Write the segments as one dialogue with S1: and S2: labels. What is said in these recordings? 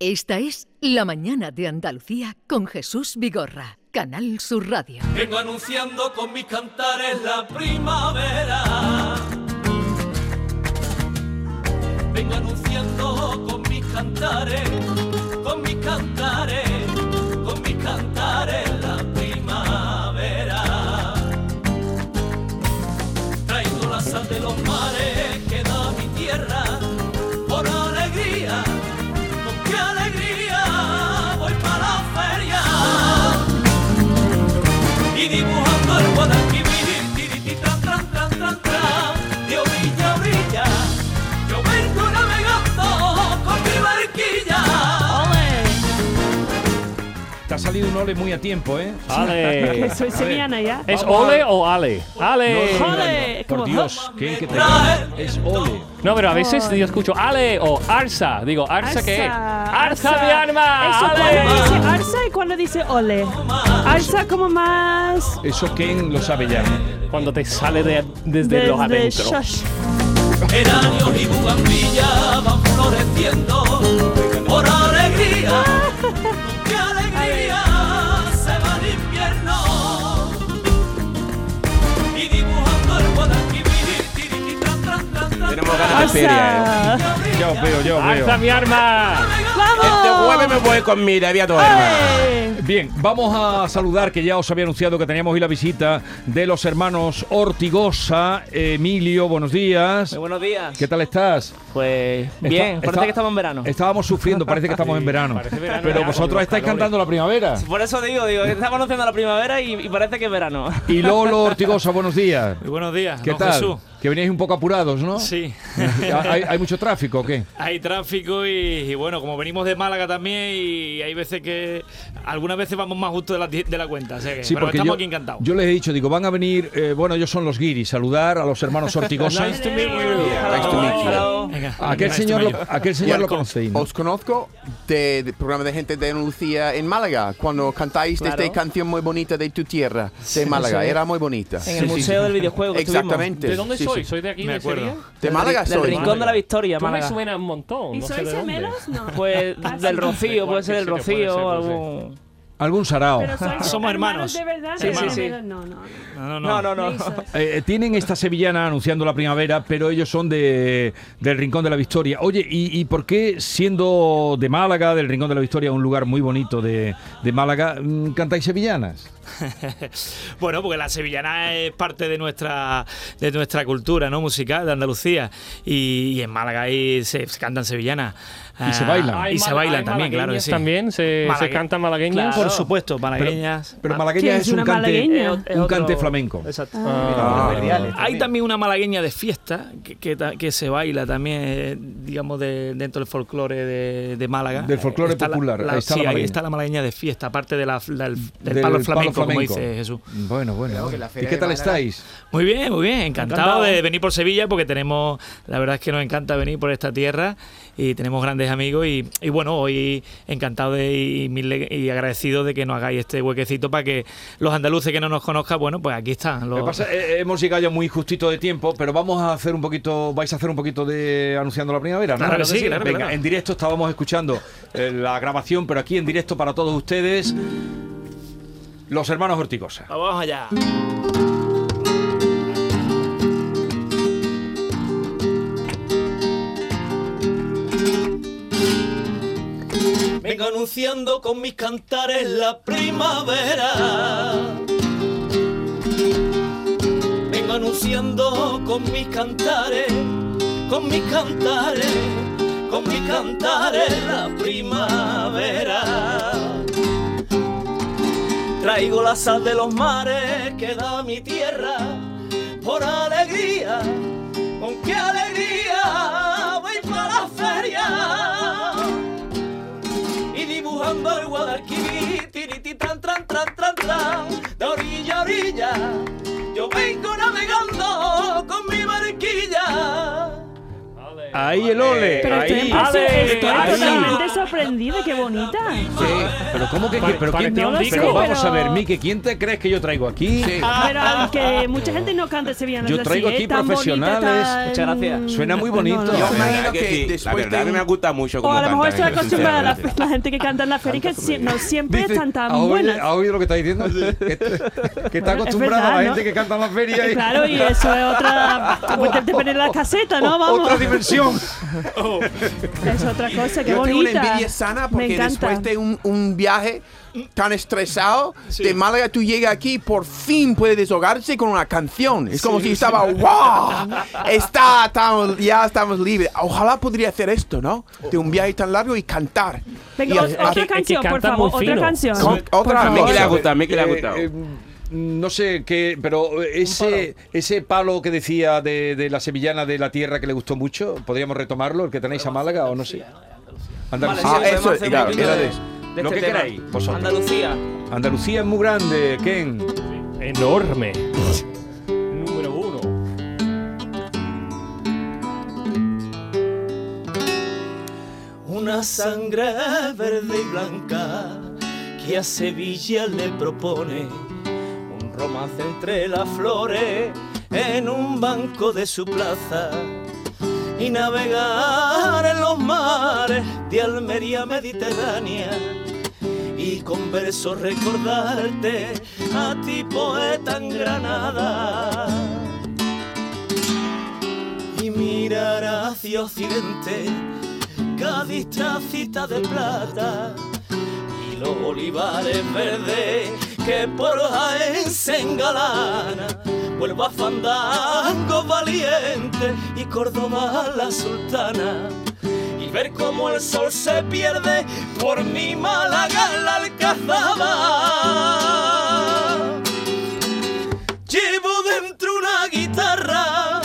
S1: Esta es La Mañana de Andalucía con Jesús Vigorra, Canal Sur Radio.
S2: Vengo anunciando con mis cantares la primavera. Vengo anunciando con mis cantares, con mis cantares, con mis cantares la primavera. Traigo la sal de los mares que da mi tierra por alegría. con qué alegría voy para la feria y dibujando el Guadalquivir, tiriti, tran, tran, tran, tran, tran, de orilla a orilla. Yo vengo navegando con mi barquilla.
S3: Te ha salido un ole muy a tiempo, ¿eh?
S4: Ale.
S5: Soy sevillana ya.
S4: ¿Es ole o ale? Ale.
S3: No, no, no,
S5: Ole,
S3: Por
S5: como-
S3: Dios, qué que te Es ole.
S4: No, pero a veces yo escucho ale o arsa. Digo, ¿arsa qué es? ¡Arsa de
S5: Eso
S4: arma!
S5: cuando
S4: ¡Ale!
S5: dice arsa y cuando dice ole. Arsa como más.
S3: Eso Ken lo sabe ya.
S4: Cuando te sale de- desde,
S5: Desde
S4: los adentro.
S5: shush.
S2: Geranios y bugambillas van floreciendo por alegría. Con qué alegría se va el invierno. Y dibujando el Guadalquivir, tiriti, tran, tran, tran, tran,
S3: Tenemos
S2: tran,
S3: ganas de feria,
S5: Arsa.
S3: ¿eh? Ya os veo, ya os veo.
S4: ¡Arsa mi arma!
S6: Este
S5: ¡Vamos!
S6: jueves me voy con mi debía tu hermana.
S5: Ole.
S3: Bien, vamos a saludar que ya os había anunciado que teníamos hoy la visita de los hermanos Ortigosa. Emilio, buenos días.
S6: buenos días.
S3: ¿Qué tal estás?
S6: Pues
S3: Está-
S6: bien, parece
S3: está-
S6: que estamos en verano.
S3: Estábamos sufriendo, parece que estamos en verano.
S4: parece verano
S3: Pero
S4: ya, con
S3: vosotros
S4: los
S3: estáis
S4: calores.
S3: cantando la primavera.
S6: Por eso digo, digo, estamos anunciando la primavera y, y parece que es verano.
S3: Y Lolo Ortigosa, buenos días.
S7: Muy buenos días,
S3: ¿Qué
S7: don
S3: tal?
S7: Jesús.
S3: Que veníais un poco apurados, ¿no?
S7: Sí,
S3: ¿Hay, hay mucho tráfico o qué?
S7: hay tráfico y, y bueno, como venimos de Málaga también y hay veces que algunas veces vamos más justo de la, di- de la cuenta, o sea que, pero estamos
S3: yo,
S7: aquí encantados.
S3: yo les he dicho, digo, van a venir, eh, bueno, ellos son los guiris, saludar a los hermanos Ortigosa.
S7: Nice to meet you.
S6: Nice to meet you. Hello.
S7: Venga,
S3: aquel
S7: nice
S3: señor,
S7: to meet
S3: lo,
S7: you.
S3: aquel señor lo conocéis, ¿no?
S8: Os conozco de, de programa de gente de Andalucía en Málaga, cuando cantáis de
S6: Claro.
S8: esta canción muy bonita de tu tierra, de Málaga.
S6: sí.
S8: Era muy bonita.
S6: En el Museo del Videojuego. que estuvimos.
S8: Exactamente.
S4: ¿De dónde
S8: Sí,
S4: soy?
S8: sí.
S4: ¿Soy de aquí,
S7: Me
S4: de
S7: acuerdo.
S4: Sevilla?
S8: De Málaga
S6: Del
S8: soy.
S6: Rincón de la Victoria,
S4: Tú me
S6: Málaga.
S4: suena un montón.
S5: ¿Y
S4: no sé
S5: sois
S4: de dónde.
S5: gemelos? No.
S6: Pues
S5: Ah, sí.
S6: del Rocío,
S4: Cualquier
S6: puede ser del
S4: sitio puede
S6: Rocío
S4: ser, pues
S6: o
S4: puede ser.
S6: algún...
S3: Algún sarao.
S5: Pero sois
S7: Somos hermanos.
S5: de verdad.
S6: Sí,
S5: de
S6: sí, sí.
S5: gemelos. No, no, no.
S7: No, no,
S6: No,
S7: no.
S6: no, no.
S5: Lisos.
S3: Eh, tienen esta sevillana anunciando la primavera, pero ellos son de, del Rincón de la Victoria. Oye, ¿y, y por qué siendo de Málaga, del Rincón de la Victoria, un lugar muy bonito de, de Málaga, mm, cantáis sevillanas?
S7: Bueno, porque la sevillana es parte de nuestra de nuestra cultura no musical de Andalucía y, y en Málaga ahí se, se cantan sevillanas Ah,
S3: se bailan.
S4: Hay
S7: y se
S4: mal-
S7: bailan
S4: hay
S7: también, claro que
S4: malagueñas
S7: sí.
S4: También se, se
S7: Malague-
S4: cantan malagueñas.
S7: Por
S6: Claro.
S7: supuesto, malagueñas.
S3: Pero malagueña
S5: Ah, ¿quién
S3: es,
S5: es
S3: un
S5: una
S3: cante,
S5: malagueña?
S3: un cante flamenco.
S6: Exacto.
S4: Ah.
S7: Hay también una malagueña de fiesta que, que ta- que se baila también, eh, digamos, de, dentro del folclore de, de Málaga.
S3: Del folclore
S7: Está la-
S3: popular,
S7: la-
S3: ahí está
S7: sí,
S3: la
S7: ahí
S3: malagueña.
S7: está la malagueña de fiesta, aparte de la- la- del, del palo flamenco, como dice Jesús.
S3: Bueno, bueno.
S8: que la
S3: ¿Y
S8: feria
S3: qué
S8: de
S3: tal
S8: Málaga-
S3: estáis?
S7: Muy bien, muy bien. Encantado,
S4: Encantado.
S7: de venir por Sevilla porque tenemos, la verdad es que nos encanta venir por esta tierra y tenemos grandes amigos y, y bueno, hoy encantado de, y, mil le- y agradecido de que nos hagáis este huequecito para que los andaluces que no nos conozcan, bueno, pues aquí están.
S3: Lo
S7: Los,
S3: que pasa, eh, hemos llegado ya muy justito de tiempo, pero vamos a hacer un poquito, vais a hacer un poquito de anunciando la primavera, ¿no?
S7: Claro que sí, claro que
S3: Venga,
S7: claro.
S3: en directo estábamos escuchando eh, la grabación, pero aquí en directo para todos ustedes, los hermanos Horticosa.
S7: Vamos allá.
S2: Vengo anunciando con mis cantares la primavera. Vengo anunciando con mis cantares, con mis cantares, con mis cantares la primavera. Traigo la sal de los mares que da mi tierra por alegría, con qué alegría voy para la feria y dibujando el Guadalquivir, tiriti tran tran tran tran tran, de orilla a orilla, yo vengo navegando con mi barquilla.
S3: Ahí el ole.
S5: Pero estoy,
S3: ahí.
S5: en proce-
S4: Ale,
S5: estoy
S4: ahí.
S5: totalmente sorprendida, qué bonita.
S3: Eh, Pero ¿cómo que,
S4: Pare-
S3: pero quién
S4: parecía
S5: un disco.
S3: pero vamos
S5: Pero-
S3: a ver, Mike, ¿quién te crees que yo traigo aquí?
S8: Sí.
S5: Pero aunque mucha gente no canta sevillano,
S3: Yo
S5: es así,
S3: traigo aquí
S5: es tan
S3: profesionales.
S5: bonita, tan-
S6: Muchas gracias.
S3: Suena muy bonito.
S5: No, no,
S9: Yo
S5: no.
S9: me imagino que, sí, la
S8: después
S9: verdad
S8: de
S9: que
S8: un-
S9: me gusta mucho
S5: O
S9: como
S5: a lo mejor estoy
S9: canta,
S5: acostumbrada a la,
S9: sinceramente.
S5: la gente que canta en la feria que sie- no siempre
S3: Dice,
S5: están tan
S3: ¿ha oído-
S5: buenas.
S3: ha oído lo que está diciendo? Que, que está
S5: Bueno, es
S3: acostumbrada a la
S5: verdad,
S3: gente
S5: ¿no?
S3: que canta en las ferias. y-
S5: Claro, y eso es otra. Pues de poner la caseta, ¿no? Vamos.
S3: Otra dimensión.
S5: Es otra cosa, qué
S8: Yo tengo
S5: bonita.
S8: una envidia sana
S5: Me
S8: porque
S5: encanta.
S8: después de un, un viaje tan estresado de Málaga, tú llegas aquí y por fin puede deshogarse con una canción. Es como si estaba, ¡wow! Está, estamos- ya estamos libres. Ojalá podría hacer esto, ¿no? De un viaje tan largo y cantar.
S5: Venga,
S8: Y
S5: o-
S8: es-
S5: otra
S8: es que-
S4: es que
S5: canción, por
S4: cantan
S5: favor.
S4: muy
S5: Otra
S4: fino.
S5: canción.
S8: Con-
S5: Por
S8: otra
S5: favor.
S9: mí que le ha
S8: mezcla.
S9: gustado, a mí que le ha
S3: Eh,
S9: gustado.
S3: eh, no sé qué, pero ese ese palo que decía de, de la sevillana de la tierra que le gustó mucho, podríamos retomarlo, el que tenéis a Málaga o no sé. Andalucía.
S8: Ah, eso,
S6: podemos hacer
S8: claro,
S6: un poquito
S8: era de-
S6: de
S3: lo
S6: este
S3: que
S6: tema.
S3: queráis, vosotros.
S6: Andalucía.
S3: Andalucía es muy grande, Ken.
S4: Enorme. Número uno.
S2: una sangre verde y blanca que a Sevilla le propone un romance entre las flores en un banco de su plaza y navegar en los mares de Almería mediterránea y con versos recordarte a ti poeta en Granada y mirar hacia occidente Cádiz tracita de plata y los olivares verdes que por Jaén se engalana vuelvo a fandango valiente y Córdoba la sultana y ver cómo el sol se pierde por mi Málaga en la alcazaba Llevo dentro una guitarra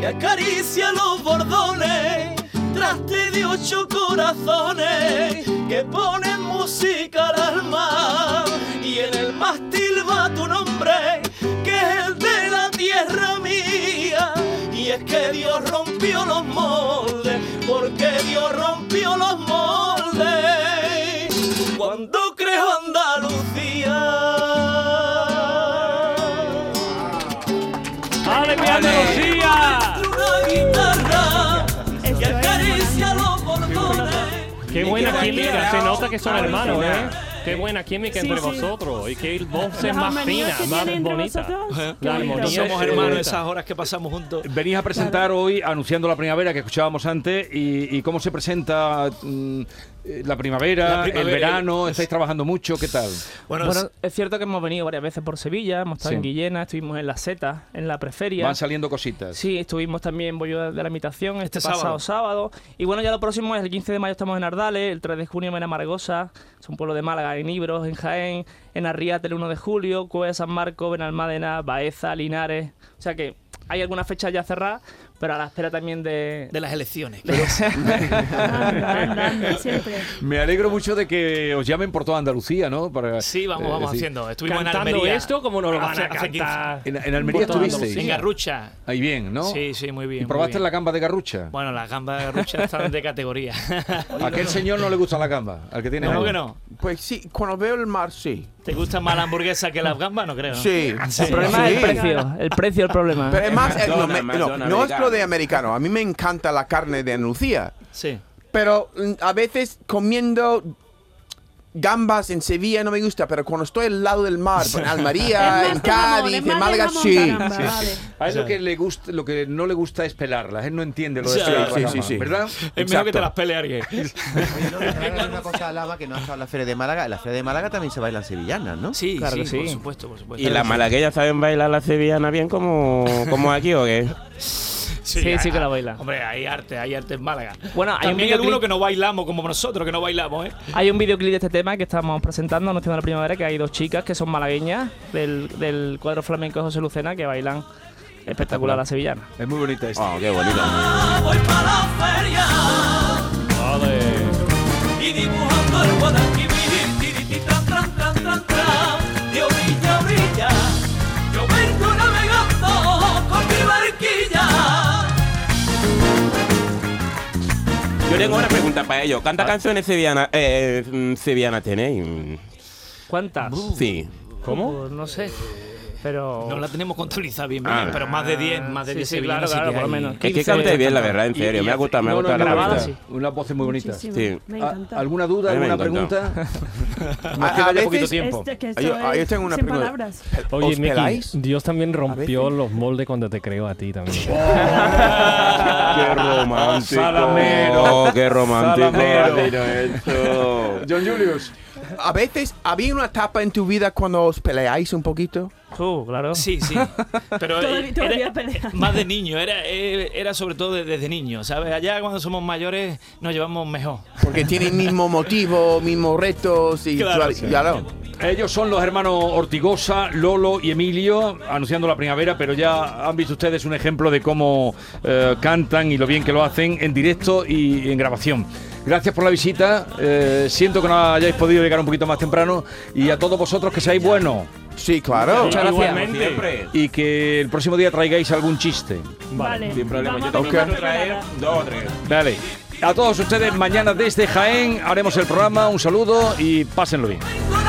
S2: que acaricia los bordones, traste de ocho corazones que ponen música al alma. Y en el mástil va tu nombre, que es el de la tierra mía. Y es que Dios rompió los moldes, porque Dios rompió los moldes cuando creo Andalucía.
S4: ¡Ale, mi Andalucía!
S2: Una guitarra
S5: Esto
S2: que
S5: es
S2: acaricia los bordones.
S4: Qué buena química, se nota que son hermanos, ¿eh? Qué buena química
S5: Sí,
S4: entre
S5: sí.
S4: vosotros y qué voces
S5: Las
S4: más
S5: armonías
S4: finas,
S5: que tienen
S4: más
S5: entre
S4: bonitas.
S5: vosotros, qué
S4: La
S5: bonito.
S4: armonía
S7: No somos
S4: es-
S7: hermanos
S4: eh,
S7: esas horas que pasamos juntos.
S3: Venís a presentar hoy anunciando la primavera que escuchábamos antes y, y cómo se presenta mm, eh, la, primavera,
S7: La primavera,
S3: el verano, estáis trabajando mucho, ¿qué tal?
S7: Bueno,
S6: Bueno, es cierto que hemos venido varias veces por Sevilla, hemos estado
S3: Sí.
S6: en Guillena, estuvimos en la Zeta, en la Preferia.
S3: Van saliendo cositas.
S6: Sí, estuvimos también en Bollo de la Imitación este,
S7: Este
S6: pasado sábado.
S7: sábado.
S6: Y bueno, ya lo próximo es el 15 de mayo estamos en Ardales, el 3 de junio en Amargosa, es un pueblo de Málaga, en Ibros, en Jaén, en Arriate el 1 de julio, Cueva de San Marco, Benalmádena, Baeza, Linares. O sea que hay algunas fechas ya cerradas, pero a la espera también de...
S7: de las elecciones.
S5: Anda, anda, anda, siempre.
S3: Me alegro mucho de que os llamen por toda Andalucía, ¿no? Para,
S7: Sí, vamos,
S3: eh,
S7: vamos
S3: sí.
S7: haciendo. Estuvimos en
S4: Cantando
S7: Almería.
S4: esto, como nos lo van
S7: Hace-
S4: a
S7: hace
S4: cantar?
S3: En, en Almería
S4: Por toda
S3: estuvisteis.
S7: En Garrucha.
S3: Ahí bien, ¿no?
S7: Sí, sí, muy bien.
S3: ¿Y
S7: muy
S3: probaste
S7: bien.
S3: la gamba de Garrucha?
S7: Bueno, las gambas de Garrucha están de categoría.
S3: ¿A aquel señor no le gusta la gamba? ¿Al que tiene
S7: ¿Cómo
S3: ahí?
S7: que no?
S8: Pues sí, cuando veo el mar, sí.
S7: ¿Te gusta más la hamburguesa que las gambas? No creo. ¿no?
S8: Sí.
S6: El problema es
S8: Sí.
S6: el
S9: ¿eh?
S6: precio, el precio es el problema.
S8: Pero es más, eh, no,
S9: Madonna,
S8: me- no,
S9: Madonna,
S8: no es
S9: americano.
S8: lo de americano. A mí me encanta la carne de Andalucía.
S7: Sí.
S8: Pero mm, a veces comiendo gambas en Sevilla no me gusta, pero cuando estoy al lado del mar, pues, en Almería,
S5: Es
S8: en
S5: más de jamón,
S8: Cádiz,
S5: es más
S8: en
S5: de
S8: Málaga,
S5: jamón,
S8: sí.
S5: caramba, vale.
S3: A él lo que, le gusta, lo que no le gusta es pelarlas. Él no entiende lo de
S7: Sí,
S3: pelar la
S8: sí,
S3: gamba,
S8: sí, sí.
S3: ¿Verdad?
S7: Es mejor que te las pele alguien.
S10: Oye, no, pero hay una cosa Lama que no ha estado en la Feria de Málaga. En la Feria de Málaga también se bailan sevillanas, ¿no?
S7: Sí,
S6: Claro que
S7: sí, por
S6: sí.
S7: supuesto, por supuesto.
S9: ¿Y las malagueñas saben bailar la sevillana bien como, como aquí o qué?
S6: Sí,
S7: hay-
S6: sí que la baila.
S7: Hombre, hay arte, hay arte en Málaga.
S6: Bueno, hay un
S7: También hay
S6: videoclip-
S7: algunos que no bailamos como nosotros, que no bailamos, ¿eh?
S6: Hay un videoclip de este tema que estamos presentando, Anunciando la Primavera, que hay dos chicas que son malagueñas del, del cuadro flamenco de José Lucena que bailan espectacular la sevillana.
S3: Es muy bonita esta.
S9: Oh, qué bonito.
S2: Voy para la feria y dibujando el Guadalquivir, tiriti, tran, tran, tran, tran, tran, de orilla a orilla. Yo vengo navegando con mi barquilla.
S9: yo tengo una pregunta para ellos.
S8: Ah.
S9: ¿Cuántas canciones sevillanas eh, mm, sevillana tenéis?
S6: ¿Cuántas?
S8: Uh.
S9: Sí.
S6: Pues no sé. Pero.
S7: No la tenemos contabilizada bien,
S9: Ah.
S7: bien, pero más de 10, más de
S6: Sí,
S7: 10
S6: sí, claro,
S7: sevillanas sí
S6: claro,
S7: que
S6: por lo
S7: hay.
S6: menos.
S9: Es que cantáis bien, la verdad, en
S3: Y-
S9: serio.
S3: y
S9: me ha
S3: hace-
S9: gustado, me ha
S3: no, no,
S9: gustado la
S3: grabada,
S9: verdad.
S3: sí. Una voz muy bonita.
S5: Muchísimo.
S9: Sí.
S5: Me
S3: Ah,
S5: encanta.
S3: ¿Alguna duda,
S9: A mí me
S3: alguna
S9: encanta.
S3: pregunta?
S8: A-
S3: Nos queda
S8: a veces
S3: poquito tiempo.
S5: Este, que esto
S8: Yo, ah, yo
S5: es
S8: tengo una
S5: sin
S8: pregunta.
S5: palabras.
S8: ¿Os
S11: Oye, Miki,
S8: peláis?
S11: Dios también rompió
S8: veces.
S11: los moldes cuando te creó a ti también.
S9: Qué
S8: Ah,
S9: romántico.
S3: Salamero.
S9: Qué romántico.
S3: Salamero.
S9: ha sido esto.
S3: John Julius.
S8: A veces, ¿había una etapa en tu vida cuando os peleáis un poquito?
S6: Uh, claro.
S7: Sí, sí. Pero
S5: Todavía,
S7: eh,
S5: todavía
S7: era,
S5: pelea.
S7: más de niño, era, eh, era sobre todo de- desde niño, ¿sabes? Allá cuando somos mayores nos llevamos mejor.
S8: Porque tienen mismo motivo, mismos retos y
S7: Claro,
S8: claro,
S7: sí.
S8: claro.
S3: Ellos son los hermanos Ortigosa, Lolo y Emilio, anunciando la primavera, pero ya han visto ustedes un ejemplo de cómo eh, cantan y lo bien que lo hacen en directo y en grabación. Gracias por la visita. eh, siento que no hayáis podido llegar un poquito más temprano. Y a todos vosotros que seáis buenos
S8: Sí, claro.
S6: Muchas gracias.
S9: Siempre.
S3: y que el próximo día traigáis algún chiste.
S5: Vale.
S9: Sin problema. Yo
S5: Vamos
S9: también
S5: a
S9: quiero traer dos o tres.
S3: Dale. A todos ustedes, mañana desde Jaén haremos el programa. Un saludo y pásenlo bien.
S2: Con